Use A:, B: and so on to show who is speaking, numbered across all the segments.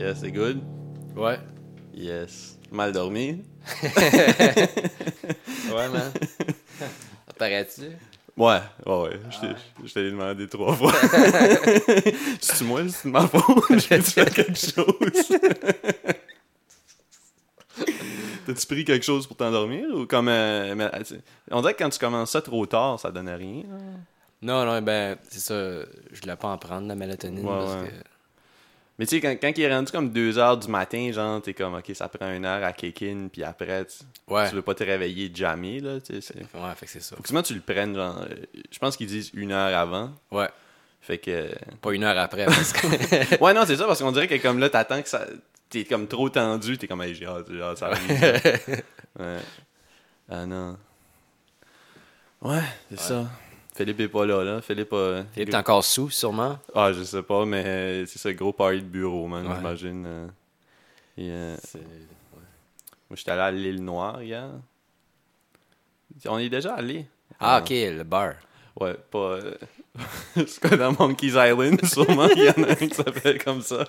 A: euh, c'est good.
B: Ouais.
A: Yes. Mal dormi.
B: Ouais, man. Apparaît-tu?
A: Ouais, ouais, ouais. Je t'ai- Je t'ai demandé trois fois. C'est-tu moi, c'est de ma faute? J'ai fait quelque chose. T'as-tu pris quelque chose pour t'endormir ou comme. euh, mais, euh, tu- on dirait que quand tu commences ça trop tard, ça donne rien.
B: Non, non, ben, c'est ça. Je voulais pas en prendre, la mélatonine.
A: Ouais,
B: parce
A: ouais.
B: que-
A: Mais tu sais, quand, quand il est rendu comme 2 heures du matin, genre, t'es comme, ok, ça prend une heure à kick in, puis après, tu,
B: Ouais.
A: tu veux pas te réveiller jamais, là, tu sais. c'est-
B: Ouais, fait que c'est ça.
A: Faut que souvent tu le prennes, genre, euh, je pense qu'ils disent une heure avant.
B: Ouais.
A: Fait que. euh,
B: Pas une heure après, parce que.
A: Ouais, non, c'est ça, parce qu'on dirait que comme là, t'attends que ça. T'es comme trop tendu, t'es comme, hey, j'ai hâte, j'ai hâte, ça arrive. ouais. Ah non. Ouais, c'est ça. Philippe est pas là, là. Philippe a.
B: Il est encore sous, sûrement.
A: Ah, je sais pas, mais euh, c'est ça, gros party de bureau, man,
B: Ouais.
A: j'imagine. euh. Et, euh, Moi, j'étais allé à l'île Noire hier. On est déjà allé.
B: Ah, ok, le bar.
A: Ouais, pas. euh, C'est quoi dans Monkey's Island, sûrement, il y en a un qui s'appelle comme ça.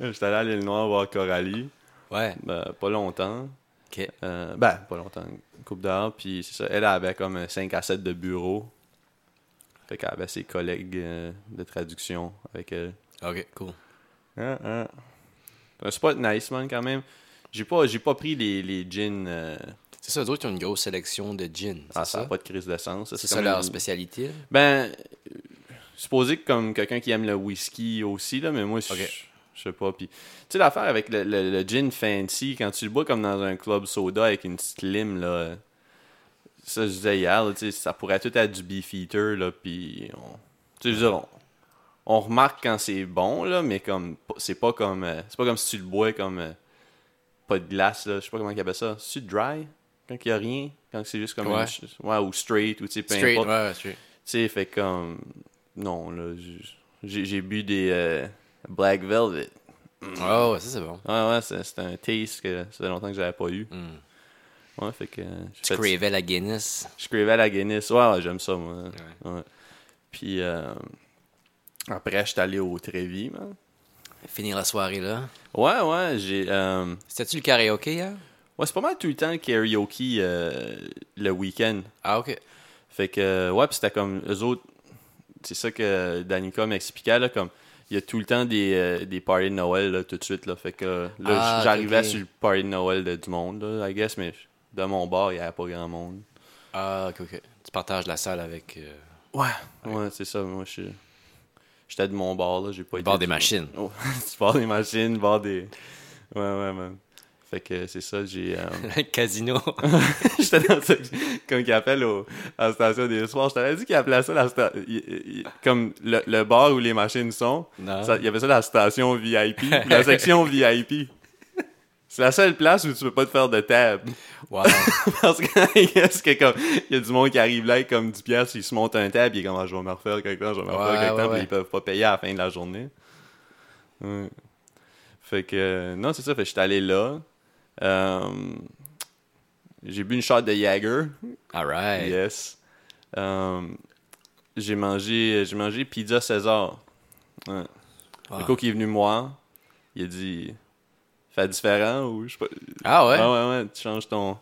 A: Euh, J'étais allé à l'île Noire voir Coralie.
B: Ouais.
A: ben, pas longtemps.
B: Ok.
A: Euh, ben, pas longtemps. Une couple d'heures. Puis c'est ça. Elle avait comme un 5 à 7 de bureau. Fait qu'elle avait ses collègues euh, de traduction avec elle.
B: Ok, cool.
A: Hein, hein. C'est un spot nice, man, quand même. J'ai pas, j'ai pas pris les, les gins. euh,
B: C'est ça, d'autres, ils ont une grosse sélection de gin. C'est
A: ah, ça
B: ça?
A: n'a pas de crise de sens.
B: C'est
A: c'est
B: ça
A: comme
B: leur
A: une-
B: spécialité. là?
A: Ben, euh, supposé que comme quelqu'un qui aime le whisky aussi, là, mais moi, je-
B: Ok.
A: je sais pas. Puis, tu sais, l'affaire avec le, le- le gin fancy, quand tu le bois comme dans un club soda avec une petite lime, là, ça, je disais hier, là, tu sais, ça pourrait tout être du beefeater, là, puis on... Tu sais, je veux dire, on, on remarque quand c'est bon, là, mais comme, p- c'est pas comme... euh, c'est pas comme si tu le bois comme... euh, pas de glace, là, je sais pas comment ils appellent ça. C'est-tu dry? Quand il y a rien? Quand c'est juste comme... une
B: Ouais.
A: ch- ouais, ou straight, ou tu sais, peu
B: Straight,
A: importe.
B: ouais, straight.
A: Tu sais, fait comme. Non, là, j- j'ai j'ai bu des euh, Black Velvet.
B: Ah ouais, ça c'est bon.
A: Ouais, ouais, c'est c'est un taste que ça fait longtemps que j'avais pas eu. Ouais, fait que. euh, j'ai fait-
B: Tu cravais la Guinness.
A: Je cravais la Guinness. Ouais, ouais, j'aime ça, moi. Ouais. Puis, euh, après, j'étais allé au Trévis, man.
B: Finir la soirée là.
A: Ouais, ouais, j'ai. euh,
B: C'était-tu le karaoké hein? hier?
A: Ouais, c'est pas mal tout le temps le karaoke euh, le week-end.
B: Ah, ok.
A: Fait que, euh, ouais, puis c'était comme eux autres. C'est ça que Danica m'expliquait, là, comme il y a tout le temps des, euh, des parties de Noël, là, tout de suite, là. Fait que euh, là,
B: Ah, ok,
A: j'arrivais
B: ok.
A: sur le party de Noël de, du monde, là, I guess, mais de mon bar, il n'y avait pas grand monde.
B: Ah, ok, ok. Tu partages la salle avec euh,
A: Ouais. Ouais, c'est ça, moi, je suis- J'étais de mon bar, là, j'ai pas
B: le
A: été
B: bar des
A: du-
B: machines.
A: Oh, du bar des machines, bar des. Ouais, ouais, man. Fait que c'est ça, j'ai. euh,
B: Le casino.
A: J'étais dans ce... Comme qu'il appelle au... à la station des sports. Je t'avais dit qu'il appelait ça la station... Comme le, le bar où les machines sont.
B: Non.
A: Ça, il appelait ça la station VIP. ou la section VIP. C'est la seule place où tu peux pas te faire de table.
B: Wow.
A: Parce que, est-ce que comme, il y a du monde qui arrive là avec comme 10 piastres, ils se montent un table, il est comme, Ah, je vais me refaire quelque temps, je vais me refaire
B: Ouais,
A: quelque
B: ouais,
A: temps, puis
B: ouais.
A: ils peuvent pas payer à la fin de la journée. Ouais. Fait que, euh, non, c'est ça, fait que j'étais allé là. Euh, j'ai bu une shot de Jagger.
B: Alright.
A: Yes. Euh, j'ai mangé, j'ai mangé pizza César. Ouais.
B: Ah.
A: Le coup qui est venu me voir, il a dit, fait différent ou je sais pas.
B: Ah ouais?
A: Ah ouais, ouais, tu changes ton.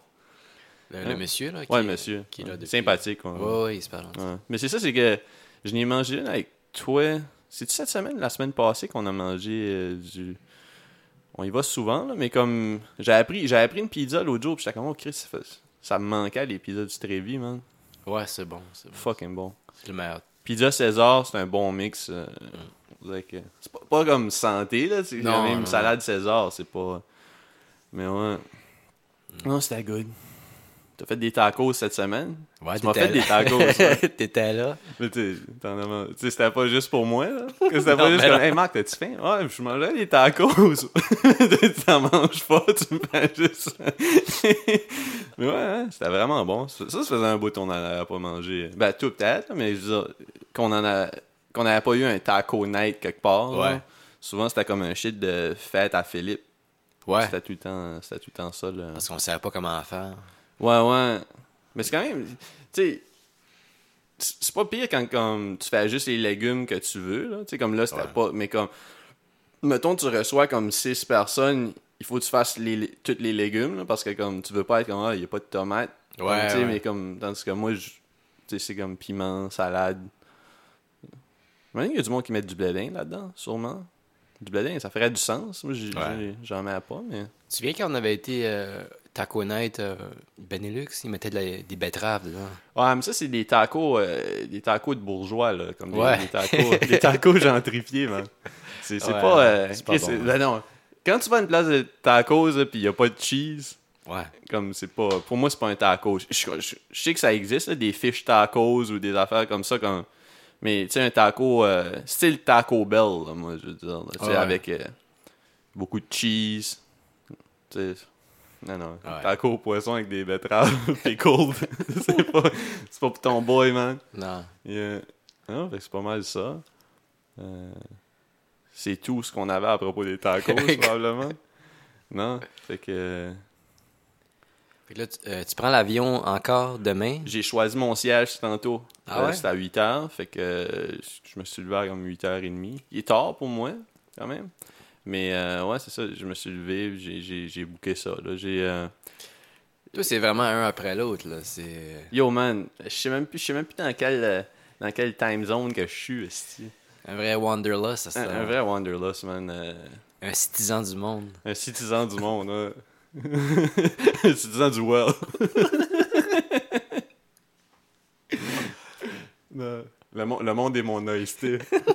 B: Le, le monsieur là. Qui,
A: Ouais, monsieur.
B: Qui est là depuis-
A: Sympathique, ouais.
B: Ouais, ouais, il se parle.
A: Ouais. Mais c'est ça, c'est que je n'ai mangé une avec toi. C'est-tu cette semaine, la semaine passée, qu'on a mangé euh, du. On y va souvent, là, mais comme. J'ai appris, j'ai appris une pizza l'autre jour, puis j'étais comme, oh Chris, ça, fait- ça me manquait les pizzas du Trévis, man.
B: Ouais, c'est bon. C'est bon.
A: Fucking bon.
B: C'est le meilleur.
A: Pizza César, c'est un bon mix. euh, on dirait que- C'est pas, pas comme santé, là. C'est
B: Non,
A: quand même
B: non.
A: salade César, c'est pas. Mais ouais. Non, c'était good. T'as fait des tacos cette semaine?
B: Ouais,
A: tu m'as fait des
B: t'étais
A: tacos, ouais.
B: là. T'étais là.
A: Mais tu sais, t'en as mangé- tu sais, c'était pas juste pour moi, là. Que C'était pas
B: Non,
A: juste
B: mais
A: comme,
B: non.
A: hey Marc, t'as-tu faim? Ouais, je mangeais des tacos. tu t'en manges pas, tu me fais juste. mais ouais, hein, c'était vraiment bon. Ça, ça faisait un bout qu'on n'en avait pas mangé. Ben, tout peut-être, mais je veux dire, qu'on en a, qu'on n'avait pas eu un taco night quelque part. là.
B: Ouais.
A: Souvent, c'était comme un shit de fête à Philippe.
B: Ouais.
A: C'était tout le temps, c'était tout le temps ça, là.
B: Parce qu'on savait pas comment faire.
A: Ouais, ouais. Mais c'est quand même. Tu sais. C'est c'est pas pire quand comme, tu fais juste les légumes que tu veux, là. Tu sais, comme là, c'était
B: Ouais.
A: pas. Mais comme. mettons, tu reçois comme 6 personnes, il faut que tu fasses les, les- tous les légumes, là, parce que comme tu veux pas être comme, ah, il n'y a pas de tomates.
B: Ouais,
A: Comme, tu sais,
B: ouais.
A: mais comme, tandis que moi, je- tu sais, c'est comme piment, salade. J'imagine qu'il y a du monde qui met du blédin là-dedans, sûrement. Du blédin, ça ferait du sens. Moi, j'ai-
B: Ouais.
A: j'ai- j'en mets pas, mais.
B: Tu te souviens quand on avait été euh, Taco Night euh, Benelux, ils mettaient de la- des betteraves dedans.
A: Ouais, mais ça, c'est des tacos, euh, des tacos de bourgeois, là, comme des,
B: Ouais.
A: des tacos, des tacos gentrifiés, man. C'est c'est
B: Ouais,
A: pas. euh,
B: c'est pas
A: Chris,
B: bon,
A: ben non. Quand tu vas à une place de tacos, là, pis y a pas de cheese,
B: Ouais.
A: comme c'est pas. Pour moi, c'est pas un taco. Je, je- je- je sais que ça existe, là, des fish tacos ou des affaires comme ça, comme. Mais tu sais, un taco, euh, style Taco Bell, là, moi, je veux dire. là, tu sais,
B: Ah Ouais.
A: avec euh, beaucoup de cheese. Tu sais. Non, non.
B: Ah Ouais.
A: Taco au poisson avec des betteraves, pis cold. c'est pas, c'est pas pour ton boy, man.
B: Non.
A: Yeah. Non, fait que c'est pas mal ça. Euh, c'est tout ce qu'on avait à propos des tacos, probablement. Non, fait que.
B: Fait que là, tu, euh, tu prends l'avion encore demain.
A: J'ai choisi mon siège tantôt. Euh,
B: Ah ouais?
A: C'était à 8 h. Fait que euh, je me suis levé à comme 8h30. Il est tard pour moi, quand même. Mais euh, ouais, c'est ça. Je me suis levé. j'ai- J'ai j'ai booké ça. là. J'ai. euh,
B: Toi, c'est vraiment un après l'autre, là. C'est.
A: Yo, man. Je sais même plus, je sais même plus dans quelle, euh, dans quelle time zone que je suis. esti.
B: Un vrai Wanderlust, ça, c'est
A: Un, un vrai Wanderlust, man. euh,
B: un citizen du monde.
A: un citizen du monde. hein. un citizen du world. Non. Le, mon- le monde est mon œil, c'était.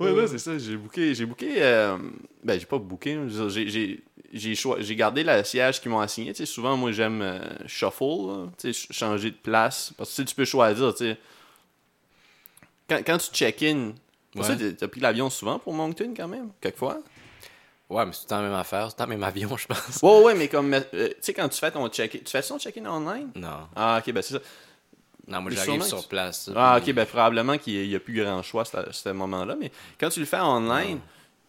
A: Ouais, ouais, c'est ça. J'ai booké. J'ai booké. euh, ben, j'ai pas booké. hein, je veux dire, j'ai- J'ai. J'ai, choi- j'ai gardé le siège qu'ils m'ont assigné. Tu sais, souvent, moi, j'aime euh, shuffle, là, tu sais, ch- changer de place. Parce que tu sais, tu peux choisir. tu sais. Quand, quand tu check-in, pour
B: Ouais.
A: ça, t'as- t'as pris l'avion souvent pour Moncton quand même, quelquefois.
B: Ouais, mais c'est tout le temps la même affaire, c'est tout le temps le même avion, je pense.
A: Ouais, ouais, mais comme. euh, tu sais, quand tu fais ton check-in, tu fais ton check-in online?
B: Non.
A: Ah, ok, ben c'est ça.
B: Non, moi,
A: Mais
B: j'arrive
A: sûrement que
B: sur
A: tu-
B: place.
A: Ah,
B: puis-
A: ok, ben probablement qu'il n'y a plus grand choix à ce moment-là, mais quand tu le fais en online,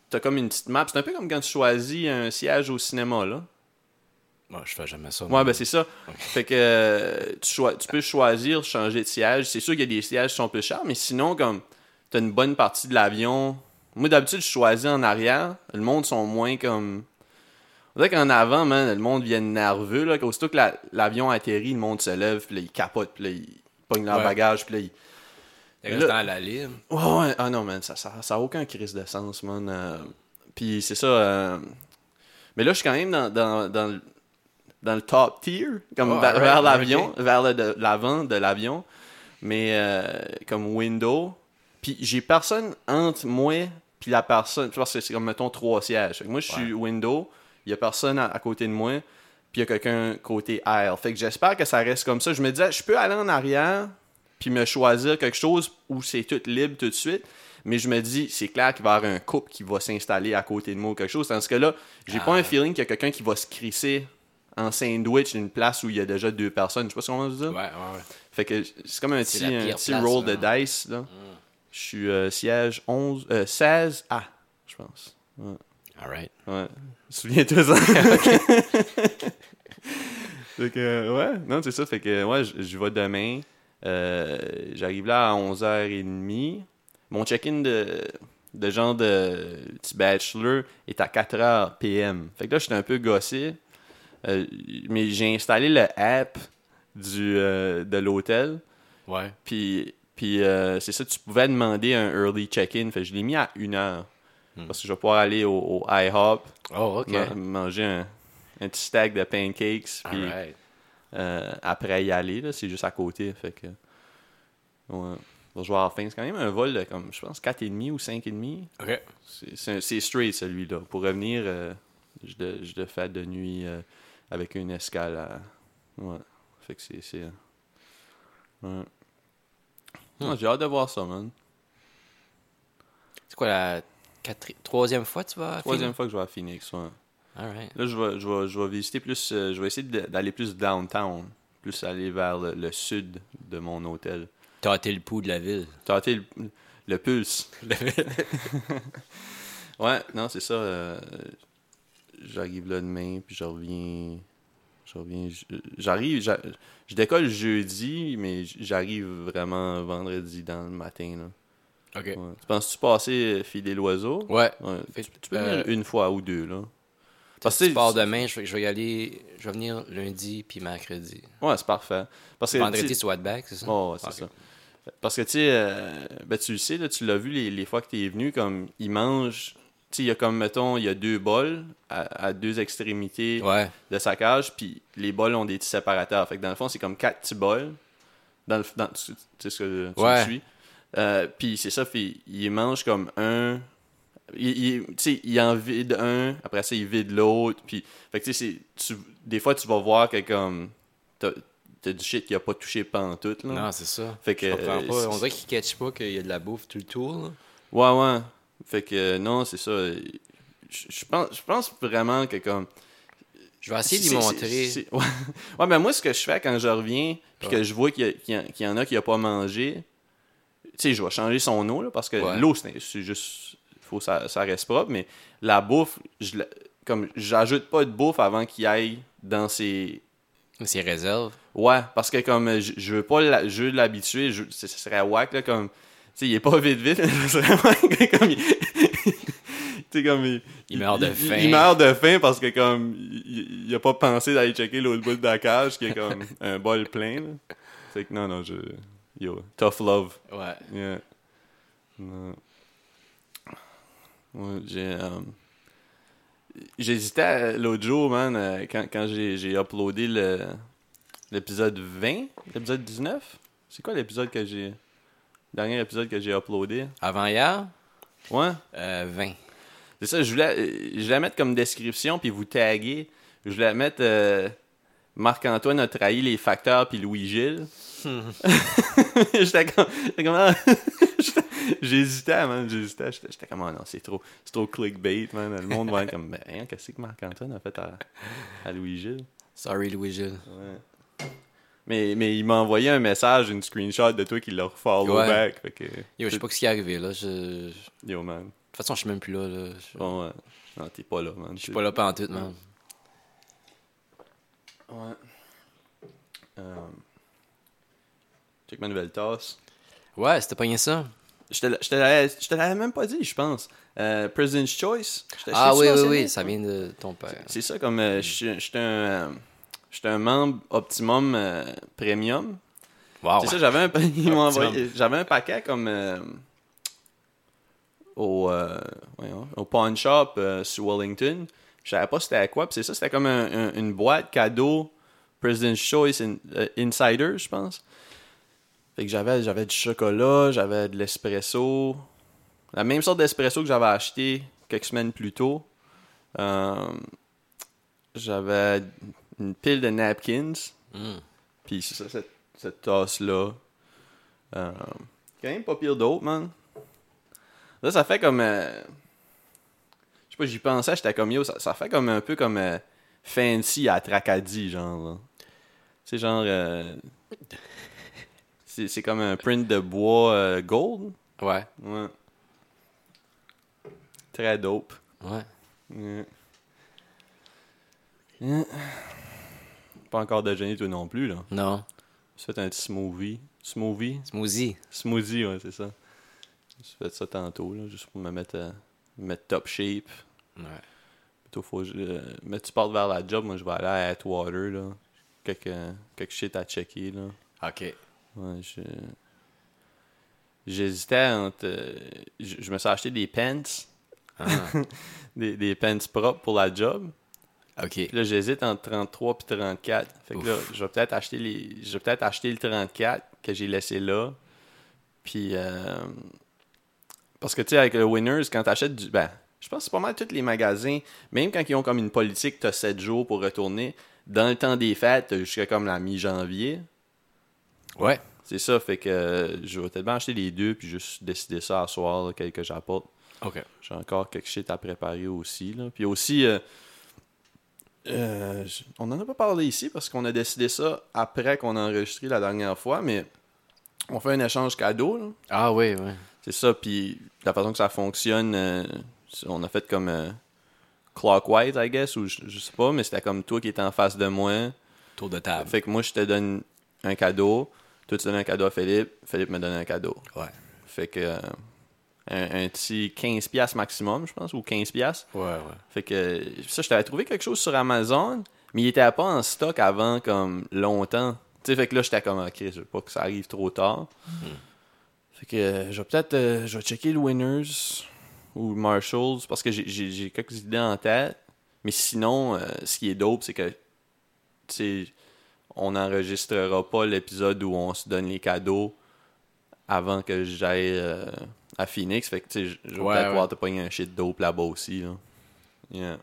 A: t'as comme une petite map. C'est un peu comme quand tu choisis un siège au cinéma, là.
B: Moi, je fais jamais ça.
A: Ouais,
B: moi.
A: ben c'est ça. Fait que euh, tu, choi- tu peux choisir, changer de siège. C'est sûr qu'il y a des sièges qui sont plus chers, mais sinon, comme t'as une bonne partie de l'avion. Moi, d'habitude, je choisis en arrière. Le monde sont moins comme. On dirait qu'en avant, man, le monde vient nerveux. Là, aussitôt que la- l'avion atterrit, le monde se lève, puis là, il capote, puis là, il pogne leur
B: Ouais.
A: bagage, puis là, il.
B: Il reste
A: Là-
B: dans l'allée.
A: Ouais, ouais. Ah non, man, ça n'a ça, ça a aucun crise de sens, man. Euh, Puis c'est ça. euh, Mais là, je suis quand même dans, dans, dans, le- dans le top tier, comme
B: Oh,
A: vers,
B: alright,
A: vers l'avion, vers le- de- l'avant de l'avion. Mais euh, comme window. Puis j'ai personne entre moi puis la personne. Parce que c'est comme, mettons, trois sièges. Fait que moi, je suis window. Il y a personne à, à côté de moi. Puis il y a quelqu'un côté aisle. Fait que j'espère que ça reste comme ça. Je me disais, je peux aller en arrière puis me choisir quelque chose où c'est tout libre tout de suite. Mais je me dis, c'est clair qu'il va y avoir un couple qui va s'installer à côté de moi ou quelque chose. Tandis que là, j'ai
B: Ah.
A: pas un feeling qu'il y a quelqu'un qui va se crisser en sandwich d'une place où il y a déjà deux personnes. Je sais pas ce qu'on va dire.
B: Ouais, ouais, ouais.
A: Fait que c'est comme un
B: C'est
A: petit,
B: la
A: un
B: pire
A: petit
B: place, Mm.
A: roll de
B: vraiment.
A: dice. Là. Je suis euh, siège 11, euh, 16 A, je pense.
B: All right.
A: Ouais. Souviens-toi ça. fait que, euh, ouais, non, c'est ça. Fait que, ouais, je je vais demain. Euh, J'arrive là à 11h30. Mon check-in de, de genre de petit bachelor est à 4h PM. Fait que là, j'étais un peu gossé. Euh, mais j'ai installé le app du, euh, de l'hôtel.
B: Ouais.
A: Puis, puis euh, c'est ça, tu pouvais demander un early check-in. Fait que je l'ai mis à 1h. Parce que je vais pouvoir aller au, au IHOP
B: Oh, OK.
A: ma- manger un, un petit stack de pancakes, puis
B: All right.
A: euh, après y aller, là, c'est juste à côté, fait que... Ouais. Pour jouer à la fin, c'est quand même un vol de, comme, je pense, 4,5 ou 5,5.
B: OK.
A: C'est- C'est un- c'est straight, celui-là. Pour revenir, euh, je le je le fais de nuit euh, avec une escale à... Ouais. Fait que c'est... c'est, euh,
B: Hmm.
A: Ouais. Non, J'ai hâte de voir ça, man.
B: C'est quoi la quatri- troisième fois que tu vas à
A: Troisième fois que je vais à Phoenix, ouais.
B: Phoenix? All right.
A: Là, je vais, je vais- je vais visiter plus. euh, je vais essayer de- d'aller plus downtown. Plus aller vers le, le sud de mon hôtel.
B: Tâter le pouls de la ville.
A: Tenter le, le pulse. ouais, non, c'est ça. euh, J'arrive là demain, puis je reviens. Je reviens. je- J'arrive. j'a- Je décolle jeudi, mais j- j'arrive vraiment vendredi dans le matin. Là.
B: OK.
A: Ouais. Tu penses-tu passer euh, filer l'oiseau?
B: Ouais.
A: Ouais.
B: Fait
A: Tu
B: que,
A: tu peux
B: euh,
A: venir une fois ou deux, là. Parce que
B: tu
A: c'est-
B: pars demain, je vais, je vais y aller. Je vais venir lundi puis mercredi.
A: Ouais, c'est parfait. Parce que, tu
B: Vendredi,
A: sais-
B: tu vas être back, c'est ça?
A: Ah, Ouais, ouais, c'est
B: Ok.
A: ça. Parce que, tu sais, euh, ben, tu le sais, là, tu l'as vu les, les fois que tu es venu, comme, ils mangent... Tu sais, il y a comme, mettons, il y a deux bols à, à deux extrémités
B: Ouais.
A: de sa cage, puis les bols ont des petits séparateurs. Fait que dans le fond, c'est comme quatre petits bols. Dans le, f- dans, tu, tu sais ce que tu me
B: Ouais.
A: suis. Euh, puis c'est ça, puis il mange comme un. Il, il- tu sais, il en vide un, après ça, il vide l'autre. Puis, fait que tu sais, c'est- tu- des fois, tu vas voir que comme. T'as t'as du shit qui a pas touché pantoute, là.
B: Non, c'est ça.
A: Fait que.
B: Je comprends
A: euh,
B: pas. On
A: c'est-
B: dirait qu'ils catchent pas qu'il y a de la bouffe tout le tour. là.
A: Ouais, ouais. Fait que euh, non, c'est ça. Je je pense, je pense vraiment que comme.
B: Je vais essayer d'y
A: C'est-
B: montrer.
A: c'est- c'est- Ouais. Ouais, mais moi, ce que je fais quand je reviens, puis
B: Ouais.
A: que je vois qu'il y, a- qu'il y a- qu'il y en a qui n'a pas mangé, tu sais, je vais changer son eau, là, parce que
B: Ouais.
A: l'eau, c'est c'est juste. faut que ça, ça reste propre, mais la bouffe, je la- comme j'ajoute pas de bouffe avant qu'il aille dans ses.
B: C'est réserve.
A: Ouais, parce que comme je, je veux pas la- je veux l'habituer, je- ce ce serait whack, là, comme. Tu sais, il est pas vite vite, ce serait whack, comme. il- tu sais, comme il,
B: Il meurt de faim.
A: Il, meurt de faim parce que comme il, il a pas pensé d'aller checker l'autre bout de la cage qui est comme un bol plein. là. C'est que non non, je yo, tough love.
B: Ouais.
A: Yeah. Non. Ouais, j'ai euh, j'hésitais à- l'autre jour man euh, quand, quand j'ai j'ai uploadé le l'épisode 20, l'épisode 19. C'est quoi l'épisode que j'ai dernier épisode que j'ai uploadé
B: Avant hier,
A: Ouais.
B: euh, 20.
A: C'est ça, je voulais, euh, je voulais mettre comme description, puis vous taguer. Je voulais mettre euh, Marc-Antoine a trahi les facteurs, puis Louis-Gilles.
B: Hmm.
A: j'étais comme. j'étais comme, ah, j'étais- J'hésitais, man, j'hésitais. J'étais j'étais comme, ah non, c'est trop, c'est trop clickbait, man. Le monde va être comme, ben, hein, qu'est-ce que Marc-Antoine a fait à, à Louis-Gilles?
B: Sorry, Louis-Gilles.
A: Mais, mais il m'a envoyé un message, une screenshot de toi qui l'a follow
B: Ouais.
A: back. Fait que,
B: Yo, je sais pas ce qui est arrivé, là. Je- je- De toute
A: yo, man.
B: façon, je suis même plus là. là. Je
A: Bon, ouais. euh, Non, t'es pas là, man.
B: je suis pas là pantoute, man.
A: Ouais. Euh, Check ma nouvelle tasse.
B: Ouais, c'était pas rien ça.
A: Je te la- je te l'avais je te l'avais même pas dit, je pense. Euh, President's Choice. Je t'ai-
B: Ah
A: je t'ai-tu
B: oui, oui,
A: mentionné?
B: oui, ça vient de ton père.
A: C'est ça, comme euh, je suis- je suis un, euh, je suis un membre Optimum euh, Premium.
B: Wow.
A: C'est ça, j'avais un, pa- ils m'ont
B: Optimum.
A: envoyé- j'avais un paquet comme euh, au, euh, voyons, au pawn shop euh, sur Wellington. Je savais pas c'était à quoi. Puis c'est ça, c'était comme un- un- une boîte cadeau President's Choice in- euh, Insider, je pense. Fait que j'avais, j'avais du chocolat, j'avais de l'espresso. La même sorte d'espresso que j'avais acheté quelques semaines plus tôt. Euh, j'avais une pile de napkins.
B: Mm.
A: Puis c'est ça, cette, cette tasse-là. Euh, quand même pas pire d'autre, man. Là, ça fait comme. euh, je sais pas, j'y pensais, j'étais comme yo. Ça, ça fait comme un peu comme euh, fancy à Tracadie, genre. là. C'est genre. euh, c'est c'est comme un print de bois euh, gold.
B: Ouais,
A: Ouais. Très dope.
B: ouais.
A: Ouais. Ouais. Pas encore déjeuné, toi non plus, là.
B: Non.
A: J'ai fait un petit smoothie. Smoothie?
B: Smoothie.
A: Smoothie, ouais, c'est ça. J'ai fait ça tantôt, là, juste pour me mettre, à- me mettre top shape.
B: Ouais.
A: Plutôt, faut que je- euh, mais tu portes vers la job, moi, je vais aller à Atwater, là. Quelque, quelque shit à checker, là.
B: Ok.
A: Ouais, je... J'hésitais entre... euh, je, je me suis acheté des pants,
B: Ah,
A: des, des pants propres pour la job.
B: ok.
A: Puis là, j'hésite entre 33 puis 34. Fait que
B: Ouf.
A: là, je vais peut-être acheter les. Je vais peut-être acheter le 34 que j'ai laissé là. Puis euh, Parce que tu sais, avec le Winners, quand t'achètes du. Ben, je pense que c'est pas mal tous les magasins, même quand ils ont comme une politique, t'as 7 jours pour retourner. Dans le temps des fêtes, t'as jusqu'à comme la mi-janvier.
B: Ouais.
A: C'est ça, fait que euh, je vais tellement acheter les deux puis juste décider ça à soir, là, quel que j'apporte.
B: Ok.
A: J'ai encore quelque shit à préparer aussi. Là. Puis aussi, euh, euh, j- on n'en a pas parlé ici parce qu'on a décidé ça après qu'on a enregistré la dernière fois, mais on fait un échange cadeau. là.
B: Ah oui, oui.
A: C'est ça. Puis la façon que ça fonctionne, euh, on a fait comme euh, clockwise, I guess, ou je, je sais pas, mais c'était comme toi qui étais en face de moi.
B: Tour de table.
A: Fait que moi, je te donne un cadeau. Toi, tu donnes un cadeau à Philippe. Philippe me donne un cadeau.
B: Ouais.
A: Fait que. euh, un, un petit 15$ maximum, je pense, ou 15$.
B: Ouais, ouais.
A: Fait que ça, je t'avais trouvé quelque chose sur Amazon, mais il était pas en stock avant comme longtemps. Tu sais, fait que là, j'étais comme, ok, je veux pas que ça arrive trop tard. Fait que euh, je vais peut-être euh, je vais checker le Winners ou le Marshalls parce que j'ai- j'ai j'ai quelques idées en tête. Mais sinon, euh, ce qui est dope, c'est que, tu sais, on n'enregistrera pas l'épisode où on se donne les cadeaux avant que j'aille euh, à Phoenix. Fait que, tu sais, je- je vais
B: Ouais,
A: peut-être
B: ouais.
A: pouvoir te pogner un shit dope là-bas aussi, là. Yeah.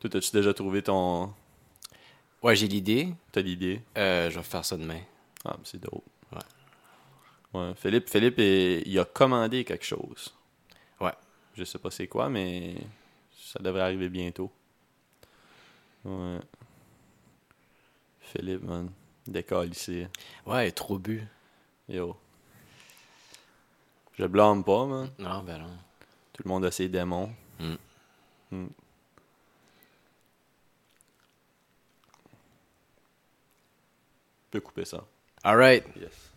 A: Toi, as-tu déjà trouvé ton...
B: Ouais, j'ai l'idée.
A: t'as l'idée?
B: Euh, je vais faire ça demain.
A: Ah, mais c'est dope.
B: Ouais.
A: Ouais, Philippe, Philippe est- il a commandé quelque chose.
B: Ouais.
A: Je sais pas c'est quoi, mais ça devrait arriver bientôt. Ouais. Philippe, man, décolle ici.
B: Ouais, trop bu.
A: Yo. Je blâme pas, man.
B: Non, ben non.
A: Tout le monde a ses démons.
B: Mm.
A: Mm. Je peux couper ça.
B: All right.
A: Yes.